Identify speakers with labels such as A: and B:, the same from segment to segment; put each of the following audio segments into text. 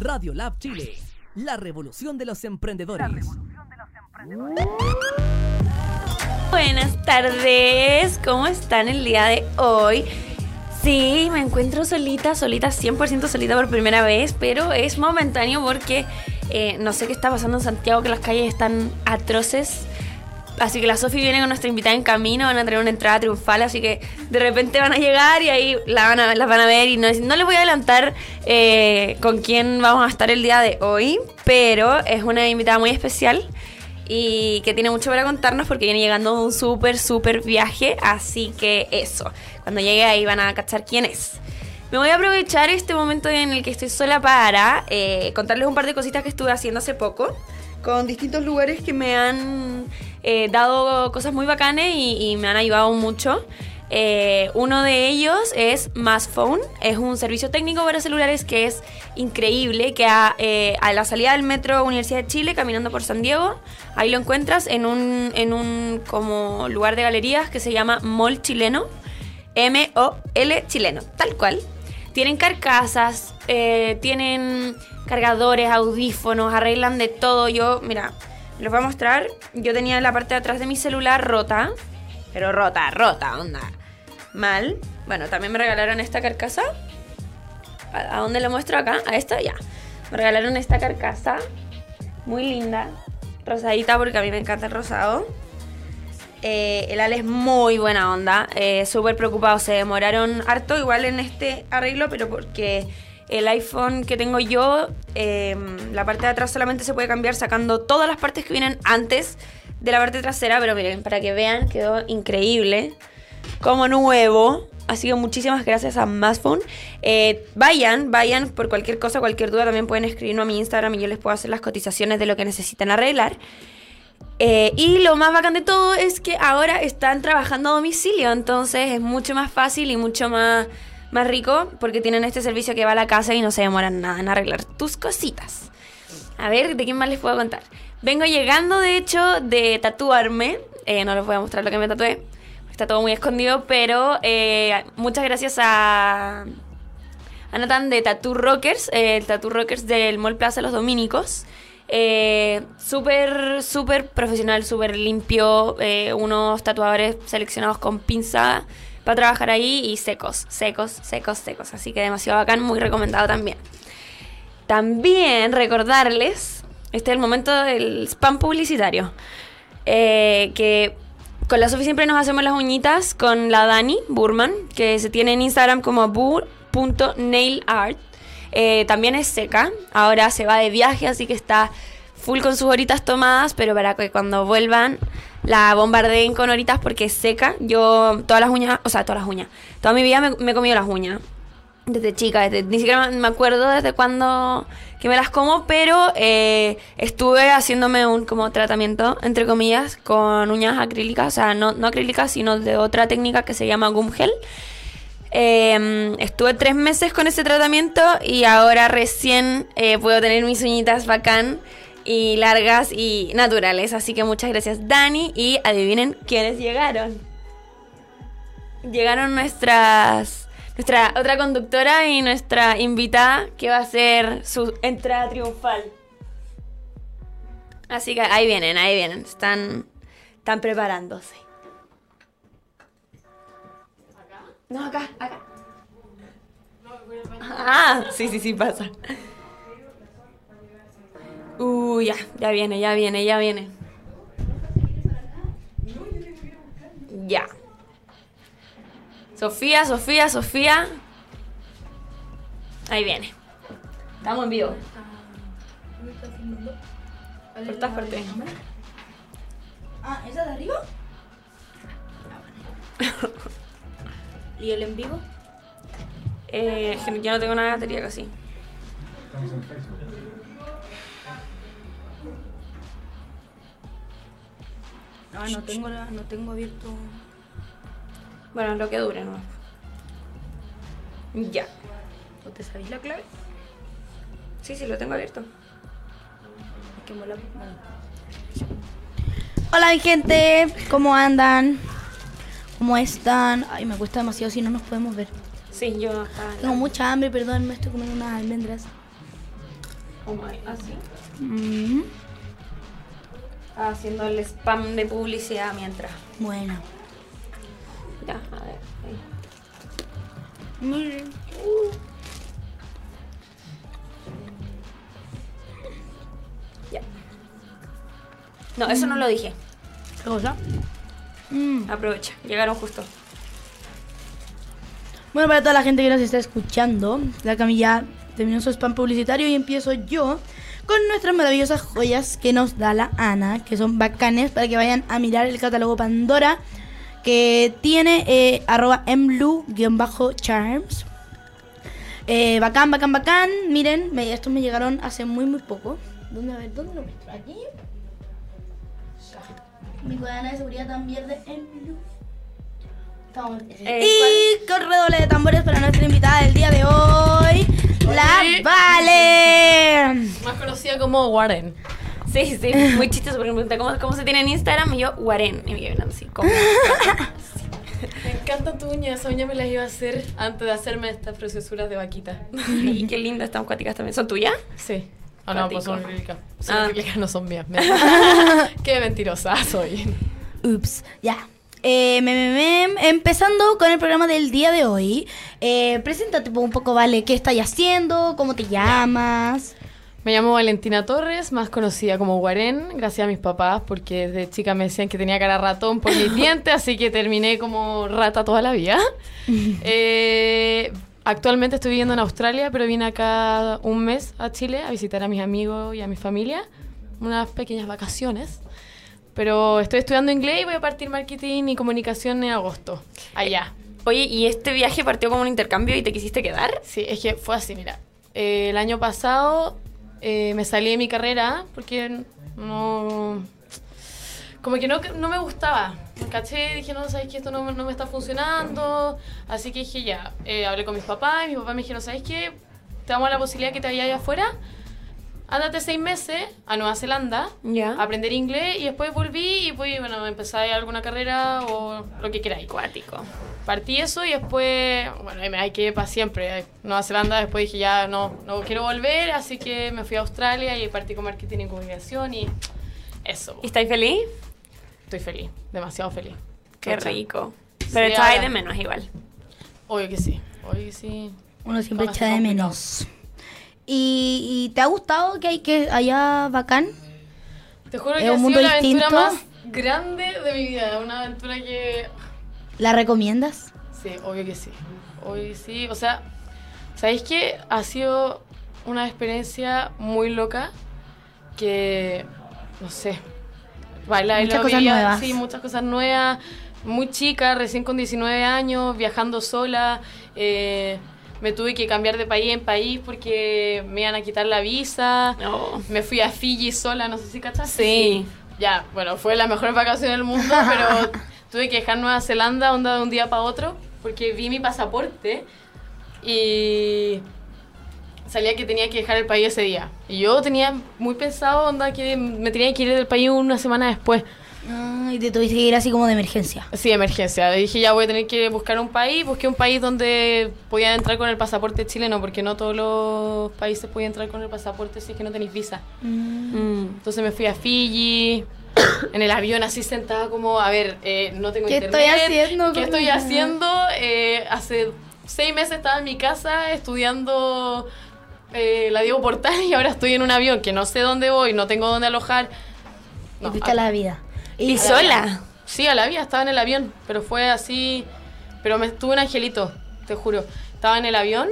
A: Radio Lab Chile, la revolución de los emprendedores.
B: Buenas tardes, ¿cómo están el día de hoy? Sí, me encuentro solita, solita, 100% solita por primera vez, pero es momentáneo porque eh, no sé qué está pasando en Santiago, que las calles están atroces. Así que la Sofi viene con nuestra invitada en camino, van a tener una entrada triunfal, así que de repente van a llegar y ahí la van a, las van a ver. Y no, no les voy a adelantar eh, con quién vamos a estar el día de hoy, pero es una invitada muy especial y que tiene mucho para contarnos porque viene llegando de un súper, súper viaje. Así que eso, cuando llegue ahí van a cachar quién es. Me voy a aprovechar este momento en el que estoy sola para eh, contarles un par de cositas que estuve haciendo hace poco con distintos lugares que me han eh, dado cosas muy bacanes y, y me han ayudado mucho. Eh, uno de ellos es MassPhone, es un servicio técnico para celulares que es increíble, que a, eh, a la salida del metro Universidad de Chile, caminando por San Diego, ahí lo encuentras en un, en un como lugar de galerías que se llama Mall Chileno, M-O-L Chileno, tal cual. Tienen carcasas, eh, tienen cargadores, audífonos, arreglan de todo. Yo, mira, les voy a mostrar, yo tenía la parte de atrás de mi celular rota, pero rota, rota, onda. Mal. Bueno, también me regalaron esta carcasa. ¿A, a dónde la muestro acá? A esta, ya. Me regalaron esta carcasa. Muy linda. Rosadita porque a mí me encanta el rosado. Eh, el Ale es muy buena onda. eh, Súper preocupado. Se demoraron harto igual en este arreglo, pero porque el iPhone que tengo yo, eh, la parte de atrás solamente se puede cambiar sacando todas las partes que vienen antes de la parte trasera, pero miren, para que vean, quedó increíble. Como nuevo. Así que muchísimas gracias a Masphone. Eh, vayan, vayan por cualquier cosa, cualquier duda, también pueden escribirme a mi Instagram y yo les puedo hacer las cotizaciones de lo que necesitan arreglar. Eh, y lo más bacán de todo es que ahora están trabajando a domicilio, entonces es mucho más fácil y mucho más, más rico porque tienen este servicio que va a la casa y no se demoran nada en arreglar tus cositas. A ver, ¿de quién más les puedo contar? Vengo llegando, de hecho, de tatuarme. Eh, no les voy a mostrar lo que me tatué. Está todo muy escondido, pero eh, muchas gracias a, a Nathan de Tattoo Rockers, eh, el Tattoo Rockers del Mall Plaza Los Dominicos. Eh, súper, súper profesional, súper limpio. eh, unos tatuadores seleccionados con pinza para trabajar ahí y secos, secos, secos, secos. Así que demasiado bacán, muy recomendado también. También recordarles, este es el momento del spam publicitario, eh, que con la Sofi siempre nos hacemos las uñitas con la Dani Burman, que se tiene en Instagram como bu.nailart. Eh, también es seca, ahora se va de viaje, así que está full con sus horitas tomadas, pero para que cuando vuelvan la bombardeen con horitas porque es seca. Yo todas las uñas, o sea, todas las uñas, toda mi vida me, me he comido las uñas desde chica, desde- ni siquiera me acuerdo desde cuándo que me las como, pero eh, estuve haciéndome un como tratamiento, entre comillas, con uñas acrílicas, o sea, no, no acrílicas, sino de otra técnica que se llama gum gel. Eh, estuve tres meses con ese tratamiento y ahora recién eh, puedo tener mis uñitas bacán y largas y naturales. Así que muchas gracias Dani y adivinen quiénes llegaron. Llegaron nuestras... Nuestra otra conductora y nuestra invitada que va a hacer su entrada triunfal. Así que ahí vienen, ahí vienen. Están, están preparándose. No, acá, acá. Ah, sí, sí, sí, pasa. Uh, ya, ya viene, ya viene, ya viene. Ya. Sofía, Sofía, Sofía. Ahí viene. Estamos en vivo. Por todas partes.
C: Ah, ¿esa de arriba? ¿Y el en vivo?
B: Eh, que yo no tengo una batería casi.
C: Ah, no tengo, la- no tengo abierto.
B: Bueno, lo que dure, ¿no? Ya.
C: ¿O te sabéis la clave?
B: Sí, sí, lo tengo abierto.
C: Es que mola. Hola, mi gente. ¿Cómo andan? ¿Cómo están? Ay, me cuesta demasiado si no nos podemos ver.
B: Sí, yo acá.
C: Tengo mucha hambre, perdón, me estoy comiendo unas almendras.
B: Como así.
C: Mm,
B: Haciendo el spam de publicidad mientras.
C: bueno.
B: Ya, a ver. ahí.
C: Miren.
B: Ya. No, eso no lo dije.
C: ¿Qué cosa? Mm.
B: Aprovecha. Llegaron justo.
C: Bueno, para toda la gente que nos está escuchando, la Camilla terminó su spam publicitario y empiezo yo con nuestras maravillosas joyas que nos da la Ana, que son bacanes para que vayan a mirar el catálogo Pandora que tiene eh, arroba mlu-charms. Eh, bacán, bacán, bacán. Miren, me- estos me llegaron hace muy, muy poco. ¿Dónde, a ver, ¿dónde lo muestro? ¿Aquí? Mi cuaderno de seguridad también de mlu. Estamos-
B: Eh,
C: y con redoble de tambores para nuestra invitada del día de hoy, la Vale.
D: Más conocida como Warren.
B: Sí, sí, muy chistoso porque me pregunta ¿cómo, cómo se tiene en Instagram y yo, Guarén. Y me vienen así, como.
D: Me encanta tu uña, esa uña me las iba a hacer antes de hacerme estas preciosuras de vaquita.
B: Y qué lindas están cuáticas también. ¿Son tuyas?
D: Sí. Ah, no, pues son
B: Cuático.
D: acrílicas. Son
B: Ah.
D: acrílicas, no son mías. Me- Qué mentirosa soy.
C: Ups, ya. Eh, mem, mem, mem. Empezando con el programa del día de hoy, eh, preséntate po- un poco, Vale, qué estás haciendo, cómo te llamas.
D: Me llamo Valentina Torres, más conocida como Guarén, gracias a mis papás, porque desde chica me decían que tenía cara ratón por mis dientes, así que terminé como rata toda la vida. Eh, actualmente estoy viviendo en Australia, pero vine acá un mes a Chile a visitar a mis amigos y a mi familia, unas pequeñas vacaciones. Pero estoy estudiando inglés y voy a partir marketing y comunicación en agosto, allá.
B: Oye, ¿y este viaje partió como un intercambio y te quisiste quedar?
D: Sí, es que fue así, mira. Eh, el año pasado eh, me salí de mi carrera porque no... Como que no, no me gustaba. Me caché, dije, no, sabes que esto no, no me está funcionando. Así que dije, ya, Eh, hablé con mis papás y mis papás me dijeron, ¿sabes qué? Te damos la posibilidad que te vayas allá afuera. Ándate seis meses a Nueva Zelanda
B: Ya.
D: a aprender inglés y después volví y pues, bueno, empezar alguna carrera o lo que queráis.
B: Acuático.
D: Partí eso y después, bueno, ahí me ahí quedé para siempre. Nueva Zelanda, después dije ya no, no quiero volver, así que me fui a Australia y partí con marketing y comunicación y eso.
B: ¿Y estáis feliz?
D: Estoy feliz, demasiado feliz.
B: Qué
D: Mucho.
B: rico.
D: Sí,
B: Pero echáis
D: ahora-
B: de menos igual.
D: Obvio que sí, obvio que sí.
C: Uno siempre
D: Conoce
C: echa de
D: complicado.
C: menos. ¿Y, y te ha gustado que hay que allá bacán?
D: Te juro
C: ¿Es
D: que
C: un
D: ha sido
C: mundo
D: la aventura
C: distinto?
D: más grande de mi vida, una aventura que
C: ¿La recomiendas?
D: Sí, obvio que sí. Obvio que sí. O sea, ¿sabéis que ha sido una experiencia muy loca? Que, no sé, bailar
C: Muchas
D: lo
C: cosas
D: veía-
C: nuevas.
D: Sí, muchas cosas nuevas. Muy chica, recién con 19 años, viajando sola. eh, me tuve que cambiar de país en país porque me iban a quitar la visa.
B: No.
D: Me fui a Fiji sola, no sé si cachaste.
B: Sí.
D: Ya, bueno, fue la mejor vacación del mundo, pero tuve que dejar Nueva Zelanda onda de un día para otro porque vi mi pasaporte y salía que tenía que dejar el país ese día. Y yo tenía muy pensado onda que me tenía que ir del país una semana después.
C: Ah, y te tuviste que ir así como de emergencia.
D: Sí, emergencia. Dije, ya voy a tener que buscar un país. Busqué un país donde podía entrar con el pasaporte chileno, porque no todos los países podían entrar con el pasaporte si es que no tenéis visa.
B: Mm.
D: Entonces me fui a Fiji, en el avión así sentada como, a ver, eh, no tengo
C: ¿Qué
D: internet.
C: estoy haciendo
D: ¿Qué
C: con mi
D: estoy
C: vida?
D: haciendo? Eh, hace seis meses estaba en mi casa estudiando eh, la Diego Portal y ahora estoy en un avión que no sé dónde voy, no tengo dónde alojar.
C: y
D: No,
C: fuiste a la vida.
B: ¿Y sola?
D: Sí, a la vía, estaba en el avión, pero fue así. Pero me tuve un angelito, te juro. Estaba en el avión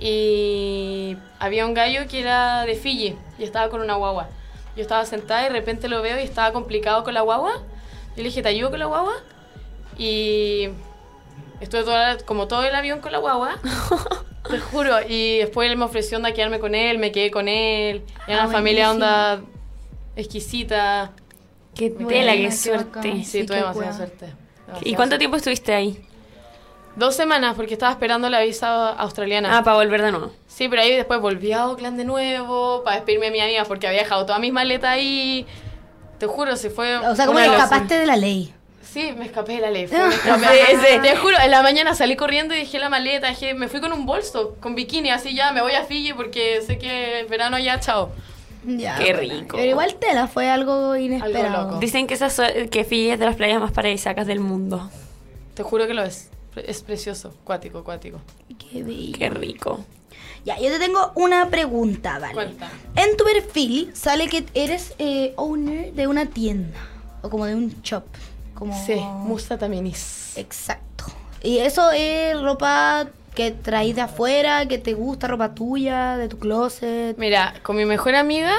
D: y había un gallo que era de Fiji y estaba con una guagua. Yo estaba sentada y de repente lo veo y estaba complicado con la guagua. Yo le dije, ¿te ayudo con la guagua? Y estuve toda, como todo el avión con la guagua. Te juro. Y después él me ofreció onda quedarme con él, me quedé con él. Y era
C: Ah,
D: una familia
C: buenísimo.
D: onda exquisita.
B: Qué
D: Buena,
B: tela, qué
C: qué
B: suerte.
C: bacán.
D: Sí,
C: Sí,
D: tuve
C: qué
D: demasiada
C: hueá.
D: suerte.
B: ¿Y
D: Demasiada
B: cuánto tiempo estuviste ahí?
D: suerte. Dos semanas, porque estaba esperando la visa australiana.
B: Ah, para volver de nuevo.
D: sí, pero ahí después volví a Auckland de nuevo para despedirme de mi amiga porque había dejado todas mis maletas ahí. Te juro, se fue.
C: O sea, como
D: una
C: que
D: locura.
C: escapaste de la ley.
D: Sí, me escapé de la ley. fue- me escapé.
B: Sí, sí.
D: Te juro, en la mañana salí corriendo y dejé la maleta, dejé, me fui con un bolso, con bikini, así ya me voy a Fiji porque sé que el verano ya, chao.
C: Ya,
B: Qué
C: bueno.
B: rico.
C: Pero igual tela, fue algo inesperado.
D: loco.
B: Dicen que, esas, so- que Fiji es de las playas más paradisacas del mundo.
D: Te juro que lo es. Es precioso, cuático, cuático.
C: Qué bello.
B: Qué rico.
C: Ya, yo te tengo una pregunta, ¿vale?
D: Cuenta.
C: En tu perfil sale que eres eh, owner de una tienda o como de un shop. Como...
D: Sí, Musa también es.
C: Exacto. Y eso es ropa que traes de afuera, que te gusta, ropa tuya, de tu closet.
D: Mira, con mi mejor amiga,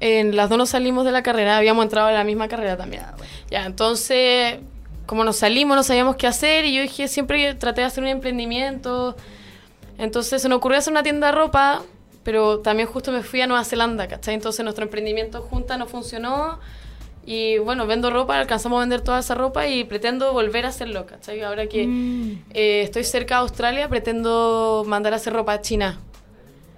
D: en las dos nos salimos de la carrera, habíamos entrado a la misma carrera también. Ya, entonces, como nos salimos, no sabíamos qué hacer, y yo dije, siempre traté de hacer un emprendimiento. Entonces se nos ocurrió hacer una tienda de ropa, pero también justo me fui a Nueva Zelanda, ¿cachai? Entonces nuestro emprendimiento junta no funcionó. Y bueno, vendo ropa, alcanzamos a vender toda esa ropa y pretendo volver a hacerlo, ¿cachai? Ahora que eh, estoy cerca de Australia, pretendo mandar a hacer ropa a China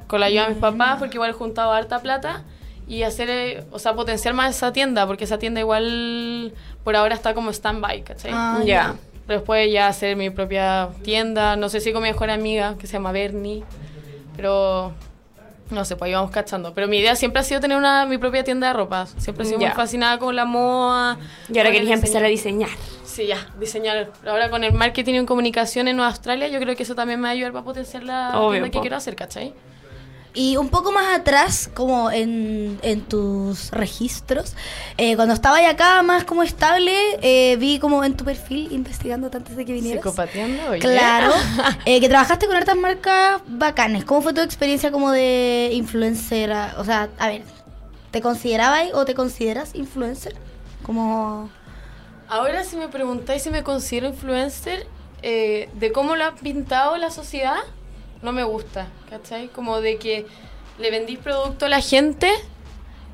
D: con la ayuda
B: Mm.
D: de mis papás, porque igual he juntado harta plata y hacer, eh, o sea, potenciar más esa tienda, porque esa tienda igual por ahora está como stand-by, ¿cachai?
C: Ah,
B: ya.
C: ya.
D: Después ya hacer mi propia tienda, no sé si con mi mejor amiga, que se llama Bernie, pero no sé, pues ahí vamos cachando. Pero mi idea siempre ha sido tener una, mi propia tienda de ropa, siempre he sido
B: Ya.
D: muy fascinada con la moda.
B: Y ahora
D: con el
B: quería empezar a
D: diseño.
B: diseñar.
D: Sí, ya, diseñar. Ahora con el marketing y comunicación en Australia, yo creo que eso también me va a ayudar para potenciar la
B: Obvio,
D: tienda que
B: po.
D: quiero hacer, ¿cachai?
C: Y un poco más atrás, como en, en tus registros, eh, cuando estaba ya acá más como estable, eh, vi como en tu perfil, investigando antes de que vinieras.
D: Psicopateando, oye.
C: Claro, eh, que trabajaste con hartas marcas bacanes. ¿Cómo fue tu experiencia como de influencera? O sea, a ver, ¿te considerabas o te consideras influencer? Como...
D: Ahora si me preguntáis si me considero influencer, eh, de cómo lo ha pintado la sociedad, no me gusta, ¿cachai? Como de que le vendís producto a la gente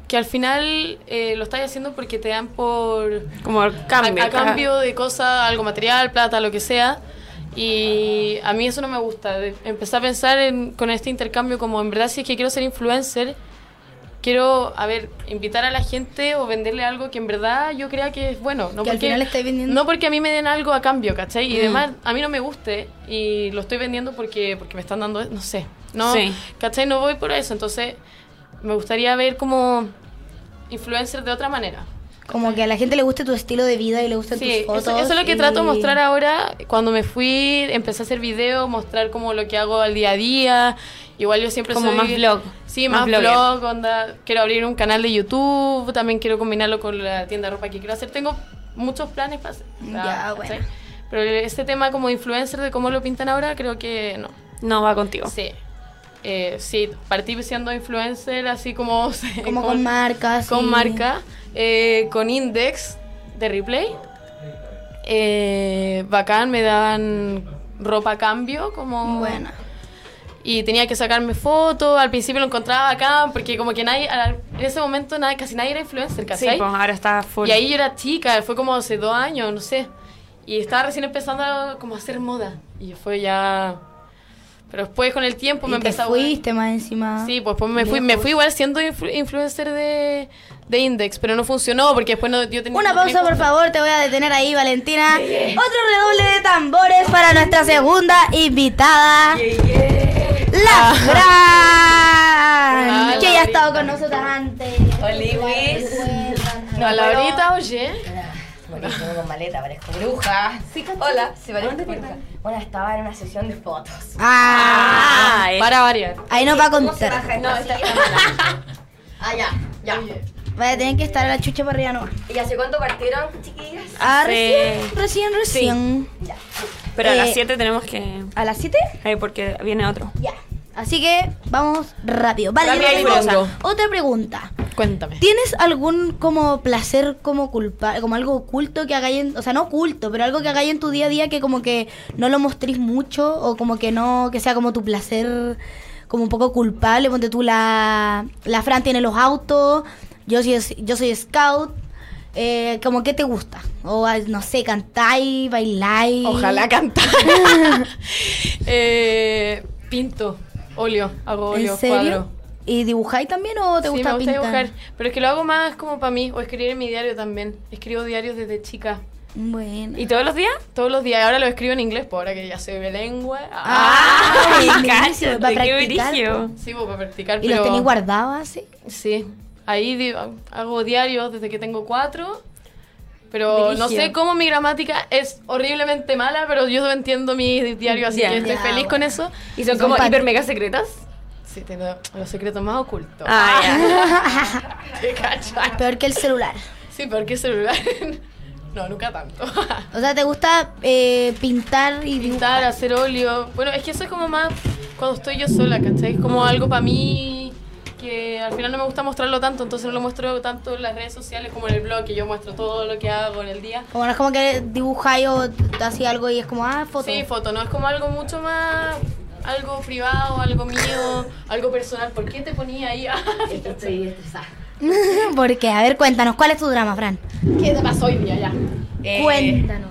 D: que al final eh, lo estáis haciendo porque te dan por...
B: Como el cambio.
D: a, a cambio de cosas, algo material, plata, lo que sea. Y a mí eso no me gusta. De- Empecé a pensar en- con este intercambio como en verdad si es que quiero ser influencer, quiero, a ver, invitar a la gente o venderle algo que en verdad yo crea que es bueno. No
C: Que al
D: porque,
C: final estáis vendiendo-
D: No porque a mí me den algo a cambio, ¿cachai? Y
B: Mm.
D: además a mí no me guste y lo estoy vendiendo porque, porque me están dando, no sé. No,
B: Sí.
D: ¿cachai? No voy por eso. Entonces me gustaría ver como influencer de otra manera.
C: Como que a la gente le guste tu estilo de vida y le gusten
D: Sí,
C: tus fotos.
D: Eso, eso es lo que trato de
C: y-
D: mostrar ahora. Cuando me fui, empecé a hacer videos, mostrar como lo que hago al día a día. Igual yo siempre
B: Como
D: soy-
B: más vlog,
D: Sí,
B: más
D: más,
B: blogger.
D: vlog, onda. Quiero abrir un canal de YouTube, también quiero combinarlo con la tienda de ropa que quiero hacer. Tengo muchos planes para hacer.
C: Ya, bueno.
D: ¿cachai? Pero este tema como de influencer, de cómo lo pintan ahora, creo que no.
B: No va contigo.
D: Sí. Eh, sí, partí siendo influencer así como...
C: Como con marcas.
D: Con
C: y-
D: marca, eh, con index de replay. Eh, bacán, me daban ropa a cambio, como.
C: Buena.
D: Y tenía que sacarme fotos. Al principio lo encontraba bacán, porque como que nadie. al- En ese momento nadie, casi nadie era influencer,
B: Sí,
D: ¿cachai?
B: pues ahora está full.
D: y ahí yo era chica, fue como hace dos años, no sé. Y estaba recién empezando a, como a hacer moda. Y fue ya. Pero después con el tiempo Pues me
C: y te
D: empezó a-
C: fuiste más encima.
D: Sí, pues, pues me fui, me fui igual siendo influ- influencer de, de Index, pero no funcionó porque después no, yo tenía...
C: Una
D: pues, no
C: pausa,
D: tenía
C: por
D: cosas.
C: favor, te voy a detener ahí, Valentina. Otro redoble de tambores para nuestra segunda invitada, la Fran,
D: Hola,
C: que ya ha
D: Laurita.
C: estado con nosotros antes.
E: Oliwis.
D: No, la Laurita, oye.
E: Parezco con maleta, parezco bruja. Hola, sí, parezco bruja. Bueno, estaba en una sesión de fotos.
C: Ah,
B: Ah, es-
D: Para variar.
C: ahí nos va a
E: ¿Cómo se
C: contar.
E: baja esta silla? Ah, ya, ya.
C: Vaya a tener que estar a la chucha para arriba nomás.
E: ¿Y hace cuánto partieron, chiquillas?
C: Ah,
B: Sí.
C: recién, recién, recién.
E: Ya.
B: pero a
C: eh,
B: las 7 tenemos que.
C: ¿A las 7?
B: eh, porque viene otro.
C: Ya. Así que vamos rápido. Vale,
D: Rápida
C: yo
D: y
C: tengo
D: furiosa.
C: otra pregunta.
D: Cuéntame.
C: ¿Tienes algún como placer como culpa, como algo oculto que hagáis en, o sea, no oculto, pero algo que hagáis en tu día a día que como que no lo mostréis mucho o como que no, que sea como tu placer como un poco culpable, ponte tú la, la Fran tiene los autos, yo soy, yo soy scout, eh, como que te gusta, o ah, no sé, cantáis, bailáis.
D: Ojalá cantar. eh, pinto, óleo, hago óleo,
C: ¿En serio?
D: cuadro.
C: ¿Y dibujáis también o te
D: sí,
C: gusta
D: me gusta
C: pintar?
D: dibujar, pero es que lo hago más como para mí, o escribir en mi diario también. Escribo diarios desde chica.
C: Bueno.
B: ¿Y todos los días?
D: Todos los días, ahora lo escribo en inglés, pues ahora que ya soy bilingüe. Ah,
B: ¡Ah!
C: Ay,
B: ¡Me
C: buenísimo,
B: cacho!
C: para
B: ¡Qué
C: practicar,
B: brillo!
D: Sí, pues para practicar,
C: ¿Y
D: pero...
C: los tenéis guardados así?
D: Sí, ahí di- hago diarios desde que tengo cuatro. Pero no
C: Brígido.
D: sé cómo mi gramática es horriblemente mala, pero yo entiendo mi diario, así
B: Ya.
D: que estoy
C: Ya,
D: feliz con eso.
B: ¿Y son
C: Son
B: como
C: pan-
B: hiper mega secretas?
D: Sí, tengo los secretos más ocultos.
B: Ah,
D: Te cachai.
C: Peor que el celular.
D: Sí, porque celular. no, nunca tanto.
C: O sea, ¿te gusta eh, pintar y dibujar?
D: Pintar, hacer óleo. Bueno, es que eso es como más cuando estoy yo sola, ¿cachai? Es como algo para mí que al final no me gusta mostrarlo tanto, entonces no lo muestro tanto en las redes sociales como en el blog, que yo muestro todo lo que hago en el día.
C: Como no es como que dibujáis o te hacía algo y es como, ah, foto.
D: Sí, foto, no es como algo mucho más. Algo privado, algo mío, algo personal. ¿Por qué te ponía ahí?
E: Es que estoy estresada.
C: Porque, a ver, cuéntanos, ¿cuál es tu drama, Fran?
D: ¿Qué te pasó hoy día ya?
E: Eh,
C: cuéntanos.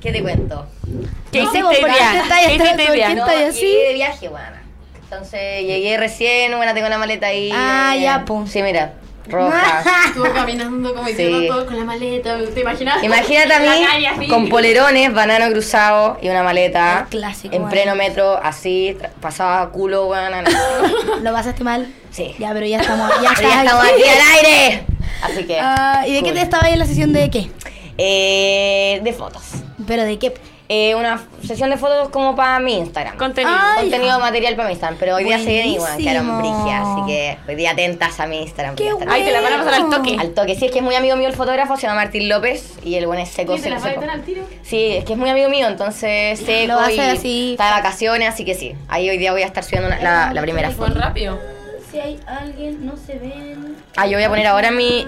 E: ¿Qué te cuento?
B: ¿Qué
C: No,
B: hiciste
C: ¿por
B: hoy
C: qué
B: día?
C: estás-
B: ¿Qué hiciste
C: estás-
B: hoy día?
C: por
E: No,
C: ¿Estás
E: llegué
C: así?
E: de viaje, buena. Entonces llegué recién, bueno, tengo la maleta ahí.
C: Ah,
E: eh,
C: ya, po.
E: Sí, mira, roja.
D: Estuvo caminando como diciendo
E: Sí.
D: todo con la maleta, ¿te imaginas?
E: Imagínate a
D: En la
E: mí
D: calle, así.
E: con polerones, banano cruzado y una maleta.
C: El clásico, eh.
E: En
C: bueno.
E: pleno metro, así, tra- pasaba a culo, buena.
C: ¿Lo pasaste mal?
E: Sí.
C: Ya, pero ya estamos, ya
E: Pero ya
C: estás
E: estamos
C: aquí.
E: aquí al aire. Así que,
C: Ah, ¿Y de qué te estabas en la sesión de qué?
E: eh, de fotos.
C: ¿Pero de qué?
E: Eh, una sesión de fotos como para mi Instagram.
B: Contenido.
C: Ah,
E: Contenido material para mi Instagram, pero hoy día se viene igual,
C: Buenísimo.
E: quedaron brigias, así que hoy día atentas a mi Instagram.
C: ¡Qué
E: porque ya está-
B: Ay, te la van a pasar al toque.
E: Al toque, sí, es que es muy amigo mío el fotógrafo, se llama Martín López y el buen es seco,
D: ¿Y te
E: seco,
D: las va a
E: seco.
D: meter al tiro?
E: Sí, es que es muy amigo mío, entonces seco
C: Lo va a hacer
E: y
C: así.
E: está de vacaciones, así que sí. Ahí hoy día voy a estar subiendo una- la, la primera
D: Fue
E: foto.
D: rápido.
C: Si hay alguien, no se ven.
E: Ah, yo voy a poner ahora mi...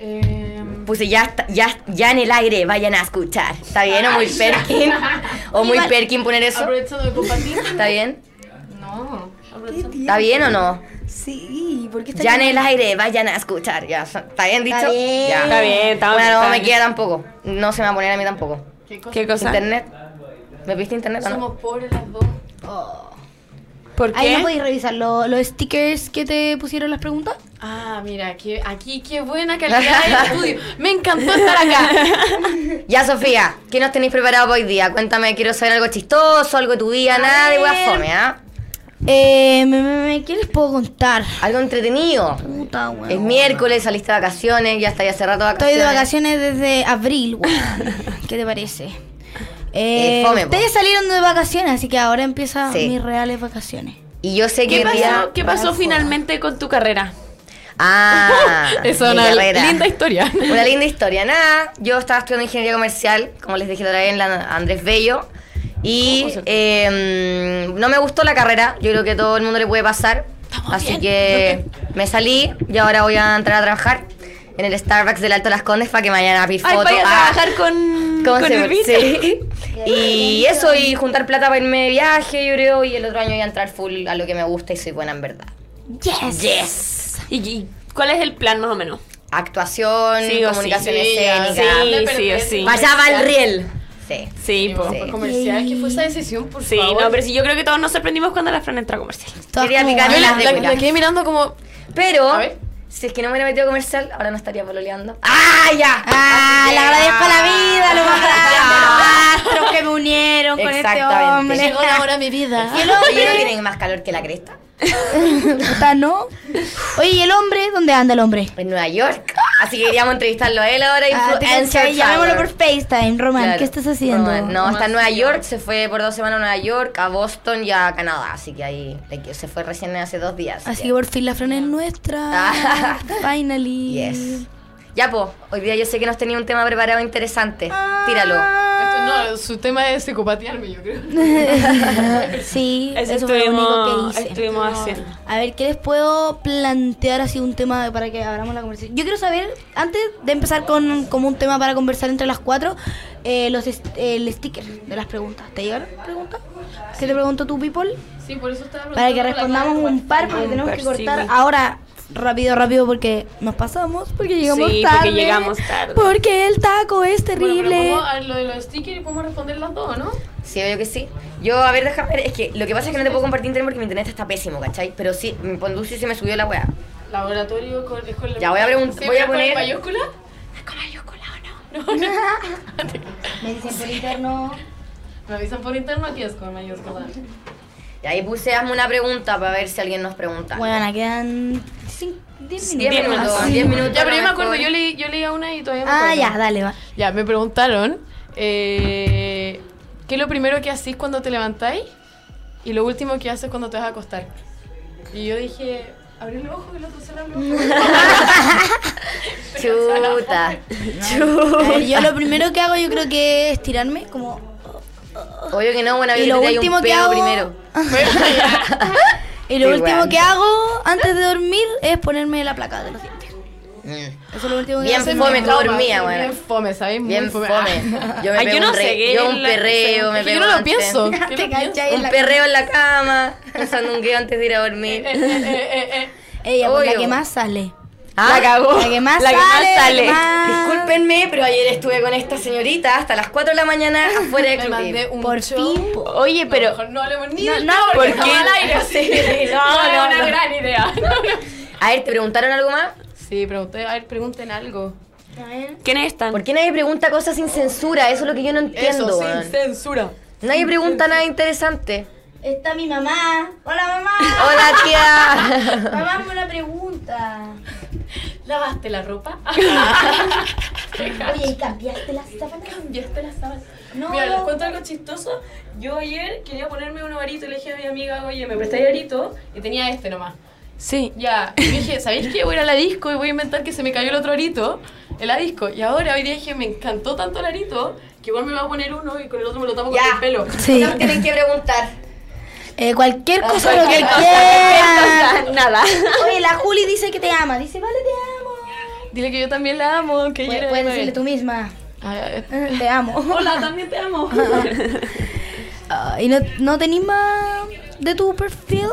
D: Eh,
E: Puse ya, está- ya, ya en el aire, vayan a escuchar. ¿Está bien? ¿O muy Perkin? ¿O muy Perkin poner eso?
D: aprovechando de compartir.
E: ¿Está bien?
D: No, aprovechando.
E: ¿Está bien o no?
C: Sí, ¿por qué está
E: Ya en el aire, vayan a escuchar. Ya, ¿Está bien dicho?
C: Está bien.
E: Ya.
B: Está bien, está
E: Bueno,
B: bien,
E: no
B: está
E: me
B: bien.
E: queda tampoco. No se me va a poner a mí tampoco.
D: ¿Qué cosa?
B: ¿Qué cosa?
E: ¿Internet? ¿Me viste internet o no?
D: Somos pobres las dos.
B: ¿Por
C: Ahí no
B: qué?
C: podéis revisar lo- los stickers que te pusieron las preguntas.
D: Ah, mira, qué- aquí qué buena calidad de estudio. Me encantó estar acá.
E: Ya, Sofía, ¿qué nos tenéis preparado para hoy día? Cuéntame, quiero saber algo chistoso, algo de tu vida, nada de weas fome, ¿ah?
C: Eh, me, me- me- ¿qué les puedo contar?
E: Algo entretenido.
C: Puta, weón.
E: Es miércoles, saliste de vacaciones, ya está ya hace rato de
C: Estoy de vacaciones
E: vacaciones.
C: desde abril, weón. ¿Qué te parece? Eh,
E: Eh, fome, po.
C: ustedes salieron de vacaciones, así que ahora empiezan
E: Sí.
C: mis reales vacaciones.
E: Y yo sé que
B: ¿Qué
E: hoy día...
B: pasó, ¿Qué pasó finalmente con tu carrera?
E: Ah,
B: Es
E: mi
B: una
E: carrera.
B: linda historia.
E: Una linda historia. Nada, yo estaba estudiando ingeniería comercial, como les dije la otra vez en la Andrés Bello.
B: Oh,
E: Y eh, mm, no me gustó la carrera, yo creo que a todo el mundo le puede pasar. así que me salí y ahora voy a entrar a trabajar en el Starbucks del Alto Las Condes para que mañana pis
B: Ay,
E: foto.
B: vaya a
E: Ah,
B: trabajar con,
E: ¿cómo
B: con
E: se
B: el
E: llama?
B: vicio.
E: Sí. Y eso, y juntar plata para irme de viaje, yo creo, y el otro año voy a entrar full a lo que me gusta y soy buena en verdad.
C: Yes.
E: Yes.
B: ¿Y, y cuál es el plan más o menos?
E: Actuación,
B: Sí o sí.
E: comunicación
D: Sí, ya,
E: escénica.
B: Sí, sí, o sí.
E: Vaya Valriel. Sí.
B: Sí, po.
E: Sí.
D: Comercial, ¿qué fue esa decisión, por
B: Sí,
D: favor?
B: no, pero sí, yo creo que todos nos sorprendimos cuando la Fran entró a comercial.
C: Todas
E: Quería
C: como,
E: picarle
C: ah,
D: Yo
E: las
D: la,
E: de
D: la-
E: William.
D: la quedé mirando como.
E: Pero,
D: A ver.
E: si es que no me hubiera metido a comercial, ahora no estaría pololeando. ¡Ah, ya!
C: Ah,
E: Así que-
C: le agradezco a la vida, lo más grande, los astros que me unieron con este
E: Exactamente.
C: hombre.
D: Llegó la hora de mi vida.
C: Y el
E: Oye, ¿no
C: hombre,
E: tienen más calor que la cresta?
C: puta, ¿no? Oye, ¿y el hombre? ¿Dónde anda el hombre?
E: En Nueva York. Así que queríamos entrevistarlo a él ahora.
C: Ah, te
E: influencer
C: caché, llamémoslo por
E: power.
C: FaceTime, Román,
E: Claro.
C: ¿qué estás haciendo?
E: Roman. No, está en Nueva York, se fue por dos semanas a Nueva York, a Boston y a Canadá. Así que ahí le- se fue recién hace dos días.
C: Así que por fin la Fran es nuestra.
E: Ah.
C: Finally.
E: Yes. Ya, po, hoy día yo sé que nos tenía un tema preparado interesante.
C: Ah,
E: Tíralo.
D: Esto "Ah, no, su tema es psicopatearme, yo creo.
C: Sí,
B: Eso,
C: eso, fue lo único
B: estuvimos,
C: que hice.
B: estuvimos haciendo.
C: A ver, ¿qué les puedo plantear así un tema para que abramos la conversación? Yo quiero saber, antes de empezar con como un tema para conversar entre las cuatro, eh, los est- el sticker de las preguntas. ¿Te llegaron preguntas? ¿Qué te preguntó tu people?
D: Sí, por eso estaba
C: Para que
D: preguntando la
C: respondamos
D: clave,
C: un par, porque
B: Un
C: tenemos
B: par,
C: que
B: sí,
C: cortar
B: güey.
C: ahora. Rápido, rápido, porque nos pasamos, porque llegamos
B: Sí, porque
C: tarde.
B: llegamos tarde.
C: Porque el taco es
D: Bueno, pero
C: terrible.
D: podemos- a lo de los stickers podemos responder las dos, ¿no?
E: Sí, obvio que sí. Yo, a ver, déjame ver. Es que lo que pasa es que no te puedo compartir internet porque mi internet está pésimo, ¿cachai? Pero sí, mi Ponducio se me subió la weá.
D: Laboratorio con, es con la-
E: Ya, voy a pregun-
D: Sí,
E: voy a
D: pero con
E: poner-
D: mayúscula? No, no.
E: Me dicen por interno.
D: Me avisan por interno aquí es con mayor cosa.
E: Y ahí puse, hazme una pregunta para ver si alguien nos pregunta.
C: Bueno, quedan 10
E: Diez
C: minutos.
E: minutos,
C: Ah, sí.
E: diez minutos.
D: Ya, pero yo me acuerdo,
E: estoy.
D: yo leí, yo leía una y todavía me
C: Ah,
D: acuerdo.
C: ya, dale, va.
D: Ya, me preguntaron, eh, ¿qué es lo primero que hacís cuando te levantáis? Y lo último que haces cuando te vas a acostar. Y yo dije, abrí los ojos y los dos cerraron los ojos.
C: A
E: Chuta.
C: ver, yo lo primero que hago yo creo que es tirarme como...
E: Obvio que no, buena
C: Y lo
E: violeta hay
C: último
E: un
C: que
E: pedo
C: hago...
E: primero.
C: Y lo
E: Qué
C: último
E: guay.
C: que hago antes de dormir es ponerme la placa de los dientes.
E: Mm.
C: Eso es lo último que
E: Bien
C: hago.
E: fome,
D: Trauma,
E: dormía,
D: soy
E: bueno.
D: Bien fome, ¿sabes? Muy
E: Bien fome. Yo me
B: Ay,
E: pego
B: yo no
E: un re-
B: sé qué
E: yo
B: es
E: un
B: la-
E: perreo, me
D: Es que
E: pego
D: yo no lo
E: antes.
D: pienso. ¿Qué
C: Te
D: lo pienso?
C: cachai en
E: Un
C: la
E: perreo en la cama, un sandungueo antes de ir a dormir.
D: Eh, eh, eh, eh.
C: Ella, pues, la
E: Obvio.
C: que más sale.
E: Ah, La cagó.
C: Ah, La que más sale, la que
D: Ah.
C: más-
E: Eh, Discúlpenme, pero ayer estuve con esta señorita hasta las 4 de la mañana afuera de
D: Me mandé un
C: Por
D: show.
C: fin. po.
B: Oye,
D: No,
B: pero
D: mejor no hablemos ni
C: No,
D: del
C: no,
D: tema porque
B: ¿por
D: estamos
B: qué?
D: al aire, así que
E: Sí, no, no,
D: es una
E: no.
D: gran idea.
E: A ver, ¿te preguntaron algo más?
D: sí, pregunté, a ver, pregunten algo.
B: ¿quiénes están?
E: ¿Por qué nadie pregunta cosas sin censura? Eso es lo que yo no entiendo.
D: Eso,
E: weón.
D: sin censura.
E: nadie pregunta nada interesante.
C: Está mi mamá. Hola, mamá.
E: Hola, tía.
C: mamá, hazme una pregunta.
D: ¿Lavaste la ropa?
C: Oye, ¿y cambiaste las sábanas?
D: ¿Cambiaste la sábana?
C: No.
D: Mira, les cuento algo chistoso. Yo ayer quería ponerme un arito y le dije a mi amiga, oye, ¿me prestáis arito? Y tenía este nomás. Sí, ya. Y yo dije, ¿sabéis qué? Voy a ir a la disco y voy a inventar que se me cayó el otro arito en la disco. Y ahora hoy día dije, me encantó tanto el arito que igual me va a poner uno y con el otro me lo tapo
E: Ya.
D: con el pelo.
C: Sí.
E: No tienen que preguntar.
C: Eh, cualquier cosa, lo que
E: Cualquier
C: quieran.
E: cosa, Nada.
C: Oye, la Juli dice que te ama. Dice, vale, te amo.
D: Dile que yo también la amo, que
C: Puedes,
D: ella Ah,
C: puedes decirle tú misma. eh, Te amo.
D: Hola, también te amo.
C: Ah, ¿Y no, no tenís más de tu perfil?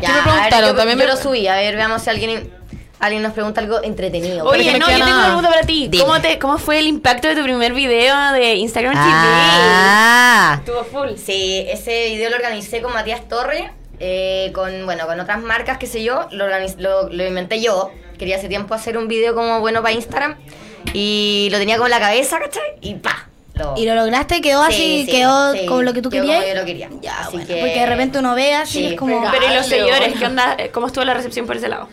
E: Ya,
D: ¿Qué me
E: a ver,
D: preguntaron?
E: yo,
D: También
E: yo
D: me-
E: lo subí. A ver, veamos si alguien, alguien nos pregunta algo entretenido.
D: Oye,
B: Oye,
D: me
B: no, yo
D: queda
B: tengo
D: nada.
B: una pregunta para ti.
E: Dime.
B: ¿Cómo, te, ¿Cómo fue el impacto de tu primer video de Instagram TV?
E: Ah.
D: Estuvo full.
E: Sí, ese video lo organicé con Matías Torre, eh, con, bueno, con otras marcas, qué sé yo, lo, organiz- lo, lo inventé yo. Quería hace tiempo hacer un video como bueno para Instagram y lo tenía como en la cabeza, ¿cachai? Y pa, lo...
C: ¿Y lo lograste? ¿Quedó
E: Sí,
C: así,
E: sí,
C: quedó
E: sí,
C: como lo que tú
E: quedó
C: querías.
E: como yo lo quería.
C: Ya,
E: Así
C: bueno,
E: que-
C: porque de repente uno ve así,
E: Sí,
C: es como...
E: pero-
B: Pero y los
D: Dale,
B: seguidores,
D: bueno.
B: ¿qué onda? ¿Cómo estuvo la recepción por ese lado?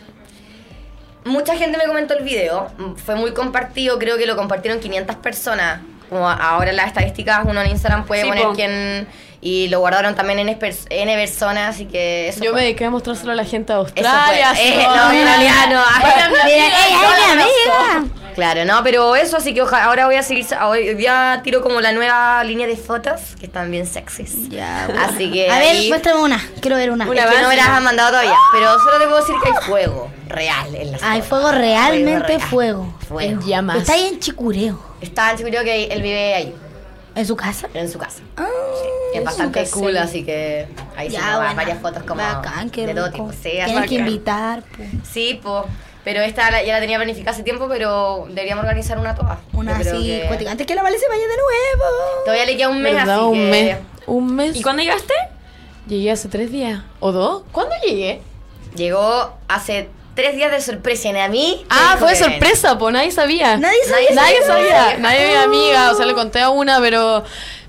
E: Mucha gente me comentó el video, mm, fue muy compartido, creo que lo compartieron 500 personas. Como a- ahora las estadísticas, uno en Instagram puede
B: Sí,
E: poner
B: po.
E: quién... Y lo guardaron también en espers- N personas, así que eso
D: Yo
E: fue.
D: me dediqué a mostrárselo a la gente de
E: Eso
D: Australia.
E: fue. Eh,
D: sí.
E: no, italiano.
D: Para mi
E: Mira,
D: amiga,
E: eh,
D: yo la
E: ay,
D: abrazo.
E: amiga. Claro, no, pero eso, así que oja- ahora voy a seguir, hoy día tiro como la nueva línea de fotos, que están bien sexys.
C: Ya, bueno.
E: Así que
C: A
E: ahí-
C: ver, muéstrame una. Quiero ver una.
E: Es que no me las han mandado todavía, pero solo te puedo decir que hay fuego real en las
C: Hay
E: fotos.
C: fuego, realmente fuego.
E: Fuego.
D: En llamas.
C: Está ahí en Chicureo,
E: Estaba seguro que él vive ahí,
C: en su casa.
E: en su casa.
C: Ah,
E: Es bastante
D: casa.
E: cool, así que ahí se
C: ya, bueno.
E: varias fotos como
C: Bacán, qué
E: de todo
C: rico.
E: tipo. Sí,
C: Tienes
E: así
C: que invitar, po.
E: Sí, po. Pero esta la- ya la tenía planificada hace tiempo, pero deberíamos organizar una toda.
C: Una
E: Yo creo
C: así,
E: que-
C: cuática. antes que la Vale se vaya de nuevo.
E: Todavía le queda un mes,
D: ¿Verdad?
E: así
D: Un
E: que...
D: mes. Un mes.
B: ¿Y cuándo llegaste?
D: Llegué hace tres días. ¿O dos? ¿Cuándo llegué?
E: Llegó hace tres días de sorpresa en a mí.
D: Ah,
E: me dijo
D: fue
E: que venía.
D: sorpresa, pues nadie sabía.
C: Nadie sabía.
D: Nadie sabía. Nadie mi amiga, o sea, le conté a una, pero...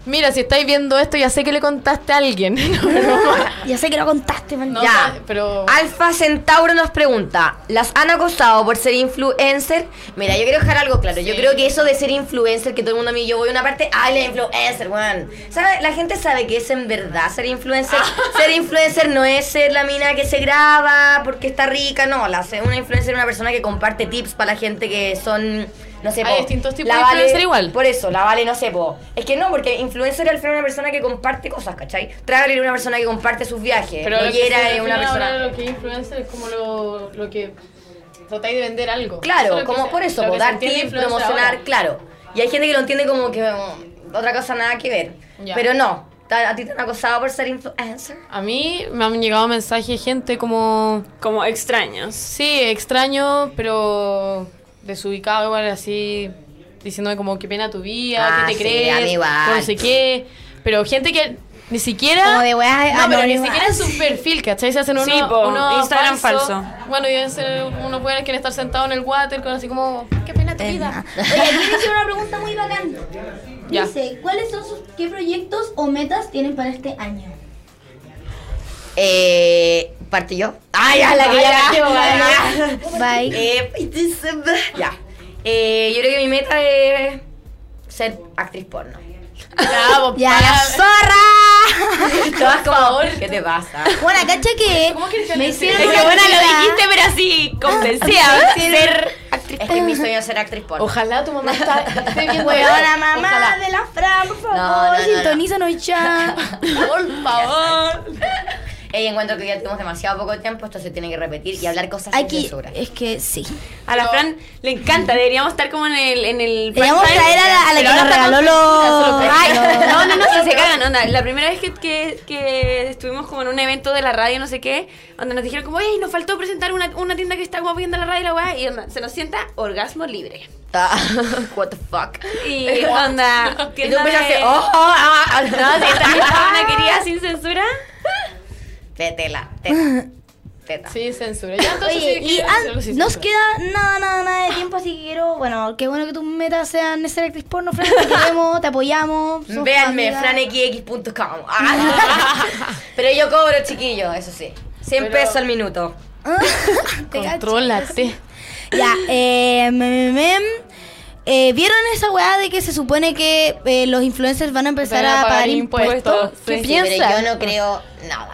D: Mira, si estáis viendo esto, ya sé que le contaste a alguien. No, pero-
C: Ya sé que lo contaste, man.
D: No,
E: Ya,
D: pero-
E: Alfa Centauro nos pregunta, ¿las han acosado por ser influencer? Mira, yo quiero dejar algo claro. Yo creo que eso de ser influencer, que todo el mundo a mí, yo voy a una parte, ¡ay, la influencer, weón! ¿Sabe? La gente sabe que es en verdad ser influencer.
D: Ah.
E: ser influencer no es ser la mina que se graba porque está rica, no. La, una influencer es una persona que comparte tips para la gente que son... No sé,
D: Hay
E: po,
D: distintos tipos
E: la
D: de influencer igual.
E: Por eso, la vale, no sé, po. Es que no, porque influencer al final es una persona que comparte cosas, ¿cachai? Traveler es una persona que comparte sus viajes.
D: Pero lo que
E: Mollera
D: se
E: es una
D: define
E: persona...
D: ahora Lo que es influencer es como lo, lo que tratáis de vender algo.
E: Claro,
D: es lo que
E: como
D: se-
E: por eso,
D: lo
E: po,
D: que se
E: dar
D: entiende
E: tips,
D: influencer
E: promocionar,
D: ahora.
E: claro. Y hay gente que lo entiende como que mm, otra cosa nada que ver.
D: Ya.
E: Pero no, ta- a ti te han acosado por ser influencer.
D: A mí me han llegado mensajes de gente como...
B: Como extraños.
D: Sí, extraño, pero desubicado igual así, diciéndome como qué pena tu vida,
E: Ah,
D: qué te
E: sí, a
D: crees,
E: mí igual.
D: no sé qué. Pero gente que ni siquiera...
C: Como de "Ah, weas
D: no, pero ni
C: anónimas.
D: siquiera en su perfil, ¿cachai? Se hacen uno,
B: Sí, po,
D: uno
B: Instagram falso.
D: Bueno, y deben ser unos buenos que estar sentados en el water con así como, qué pena de tu
C: Eh,
D: vida.
C: Oye, aquí dice una pregunta muy bacán.
D: Ya.
C: Dice, ¿cuáles son sus, qué proyectos o metas tienen para este año?
E: Eh, ¿Parto yo? ¡Ay, ya, la que ya la
C: Bye.
E: Eh, Ya. Eh, yo creo que mi meta es ser actriz porno.
D: Bravo,
C: Ya,
D: para-
C: la zorra.
E: Todas como, ¿qué te pasa?
C: Bueno, cacha que
D: ¿Cómo quieres que
C: me
D: le-
C: hicieron
B: Es
C: una
B: que bueno, lo
C: prueba.
B: dijiste, pero así convencida. Ser actriz.
E: Es que mi sueño es ser actriz porno.
D: Ojalá tu mamá está, esté viendo
F: Weona,
D: esto.
F: mamá
E: Ojalá.
F: de la Fran, por favor,
E: No, no, no,
F: sintonízanos ya.
D: Por favor.
E: Ella encuentro que ya tenemos demasiado poco tiempo, esto se tiene que repetir y hablar cosas sin
C: Aquí, eh,
E: censura.
C: es que sí.
B: A la Fran le encanta, deberíamos estar como en el. En el
F: Deberíamos
B: prime time,
F: traer a la- a la
B: pero
F: que
B: ahora
F: nos
B: está
F: regaló
B: con-
F: los-
B: Ay,
F: los-
B: No, no, no, si se cagan, onda. La primera vez que, que, que estuvimos como en un evento de la radio, no sé qué, donde nos dijeron como, ey, nos faltó presentar una, una tienda que está como viendo la radio y la weá, y onda, se nos sienta orgasmo libre.
E: Ah, What the fuck.
B: Y onda,
E: Y tú
B: tienda
E: empezaste,
B: de-
E: oh, oh, ah, ah,
B: No, si esta
E: ah,
B: esta una querida sin censura.
E: Te- Tela, teta, teta.
D: Sí, censura. Ya, entonces
C: Oye,
D: sí,
C: y
D: quiero
C: an-
D: hacer algo sin
C: nos
D: censura.
C: queda nada, nada, nada de tiempo, así que quiero, bueno, qué bueno que tus metas sean ser actriz porno, Fran, te queremos, te apoyamos. somos
E: Véanme,
C: amigas.
E: franxx.com. Ah. Pero yo cobro, chiquillo, eso sí. 100
D: Pero-
E: pesos al minuto.
C: Te cacho.
D: Contrólate.
C: Ya, eh, mem, mem, mem. Eh, ¿vieron esa weá de que se supone que eh, los influencers van a empezar
D: Van
C: a, pagar impuestos?
D: ¿Qué
E: Sí,
D: piensas?
E: Pero yo no creo nada.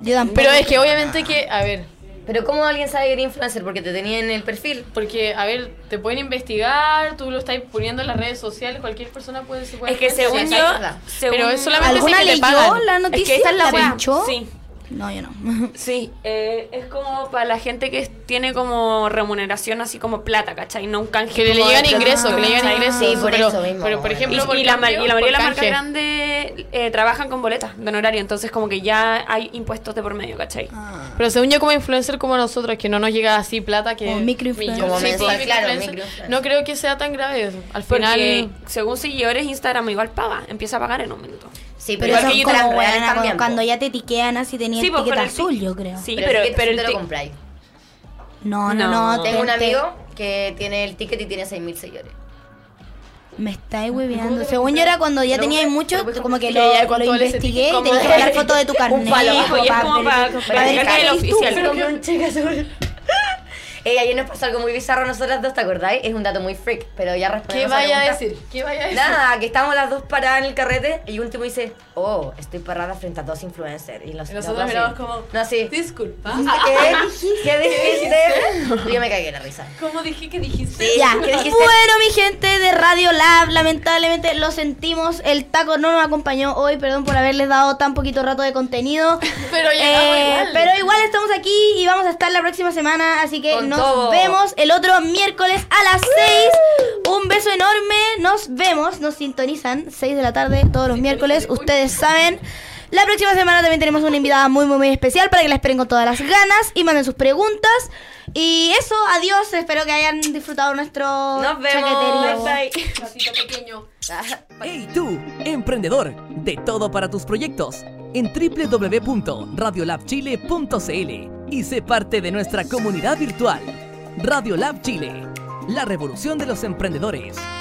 C: Yo tampoco.
D: Pero es que obviamente que, a ver,
E: Pero ¿cómo alguien sabe que eres influencer? Porque te tenía en el perfil.
D: porque, a ver, te pueden investigar, tú lo estás poniendo en las redes sociales, cualquier persona puede ser
B: Es que según
E: Sí,
B: yo.
E: es verdad.
B: según-
D: Pero es solamente
C: ¿Alguna
D: que te
C: leyó
D: pagan.
C: la
B: Es
C: noticia?
B: que esa es la weá.
C: pinchó?
B: Sí.
C: No, yo no.
B: Sí, eh, es como para la gente que tiene como remuneración así como plata, ¿cachai? No un canje.
D: Que le
B: como de
D: llegan
B: plata,
D: ingresos, que le llegan
B: ¿cachai?
D: ingresos.
E: Sí, por
D: pero,
E: eso mismo.
D: Pero, por
B: Y,
D: ejemplo, por
B: y la, ma- y
D: cambio,
B: la mayoría de
D: por
B: las marcas
D: canje.
B: grandes eh, trabajan con boletas de honorario, entonces como que ya hay impuestos de por medio, ¿cachai?
D: Pero según yo como influencer como nosotros, que no nos llega así plata que...
C: Como microinfluencer.
D: millones.
E: Como mensual, claro,
D: microinfluencer.
E: microinfluencer.
D: No creo que sea tan grave eso. Al final...
B: Porque según seguidores Instagram igual paga, empieza a pagar en un minuto.
E: Sí,
C: Pero
E: igual
C: eso
E: que
C: es
E: yo
C: como
E: también,
C: weá,
E: también,
C: cuando,
E: po.
C: cuando ya te etiquetan así tenía
B: Sí,
C: el
B: pues,
C: etiqueta
B: pero el tic-
C: azul, yo creo.
B: Sí, pero,
E: el
B: pero
E: ticket
B: el
E: sí te lo
B: tic-
E: compráis.
C: No, no, no.
B: No.
C: te-
E: Tengo un
C: te-
E: amigo que tiene el ticket y tiene 6.000 seguidores.
C: Me estáis hueveando. Según yo era cuando ya teníais mucho, como que
D: Sí,
C: lo,
D: ya cuando
C: lo
D: les
C: investigué y
D: etiquetan,
C: tenías que
D: como-
C: sacar foto de tu carnet.
E: palo,
C: o
B: hijo, y es
C: pa-
B: como para
C: para ver
B: verificar
C: que
B: el
C: eres tú.
B: oficial.
E: Pero un cheque azul. Ey, ayer nos pasó algo muy bizarro a nosotras dos, ¿te acordáis? Es un dato muy freak, pero ya respondemos
D: ¿Qué
E: la
D: vaya a
E: pregunta.
D: decir? ¿Qué vaya a decir?
E: Nada, que estábamos las dos paradas en el carrete y último dice, oh, estoy parada frente a dos influencers. Y, los,
D: Y
E: los
D: nosotros
E: dos así.
D: miramos como...
E: No, sí.
D: Disculpa.
E: ¿Qué dijiste? ¿Qué dijiste? Y yo me cagué en la risa.
D: ¿Cómo dije que dijiste?
C: Ya,
E: ¿Qué dijiste?
C: bueno mi gente de Radio Lab, lamentablemente lo sentimos, el taco no nos acompañó hoy, perdón por haberles dado tan poquito rato de contenido.
D: Pero llegamos
C: Eh,
D: igual.
C: Pero igual estamos aquí y vamos a estar la próxima semana, así que
E: Con
C: nos
E: todo.
C: vemos el otro miércoles a las 6. Un beso enorme, nos vemos, nos sintonizan 6 de la tarde todos los miércoles, ustedes saben. La próxima semana también tenemos una invitada muy, muy, muy especial para que la esperen con todas las ganas y manden sus preguntas. Y eso, adiós, espero que hayan disfrutado nuestro
E: Nos vemos. Ah.
C: chaqueterío.
E: Bye, bye.
D: Ratito pequeño.
A: Hey tú, emprendedor, de todo para tus proyectos en www.radiolabchile.cl y sé parte de nuestra comunidad virtual. Radiolab Chile, la revolución de los emprendedores.